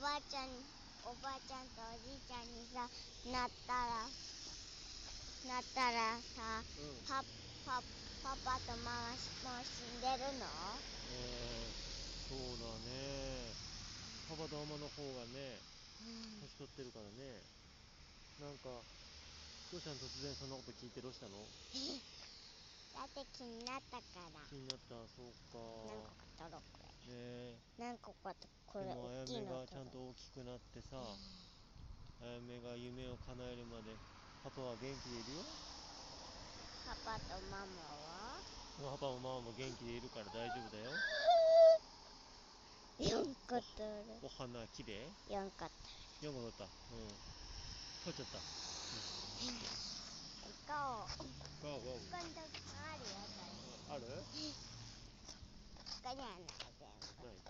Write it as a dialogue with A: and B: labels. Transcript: A: ばあちゃんおばあちゃんとおじいちゃんにさなったらなったらさ、パ
B: うん
A: パパパとママもう死んでるの
B: えー、そうだねパパとママの方がね
A: うん
B: 年取ってるからねなんかどうしたの突然そんなこと聞いてどうしたの
A: だって気になったから
B: 気になったそうか
A: 何個か取ろうこれ何個かとこ
B: ねえで
A: れ
B: も
A: 大
B: あや
A: きい
B: め
A: の
B: がち
A: 取ろ
B: ゃん
A: う
B: と大きくなってさあやめが夢を叶えるまでパパは元気でいるよ
A: パパとママ は
B: パパもママも元気でいるから大丈夫だよ
A: 4個取る
B: お花きれい
A: 4個取る
B: 4個取ったうん取っちゃった
A: 行こう
B: わおわ
A: 他にたくさんあるよ
B: おある
A: 他に他にはない全部
B: ない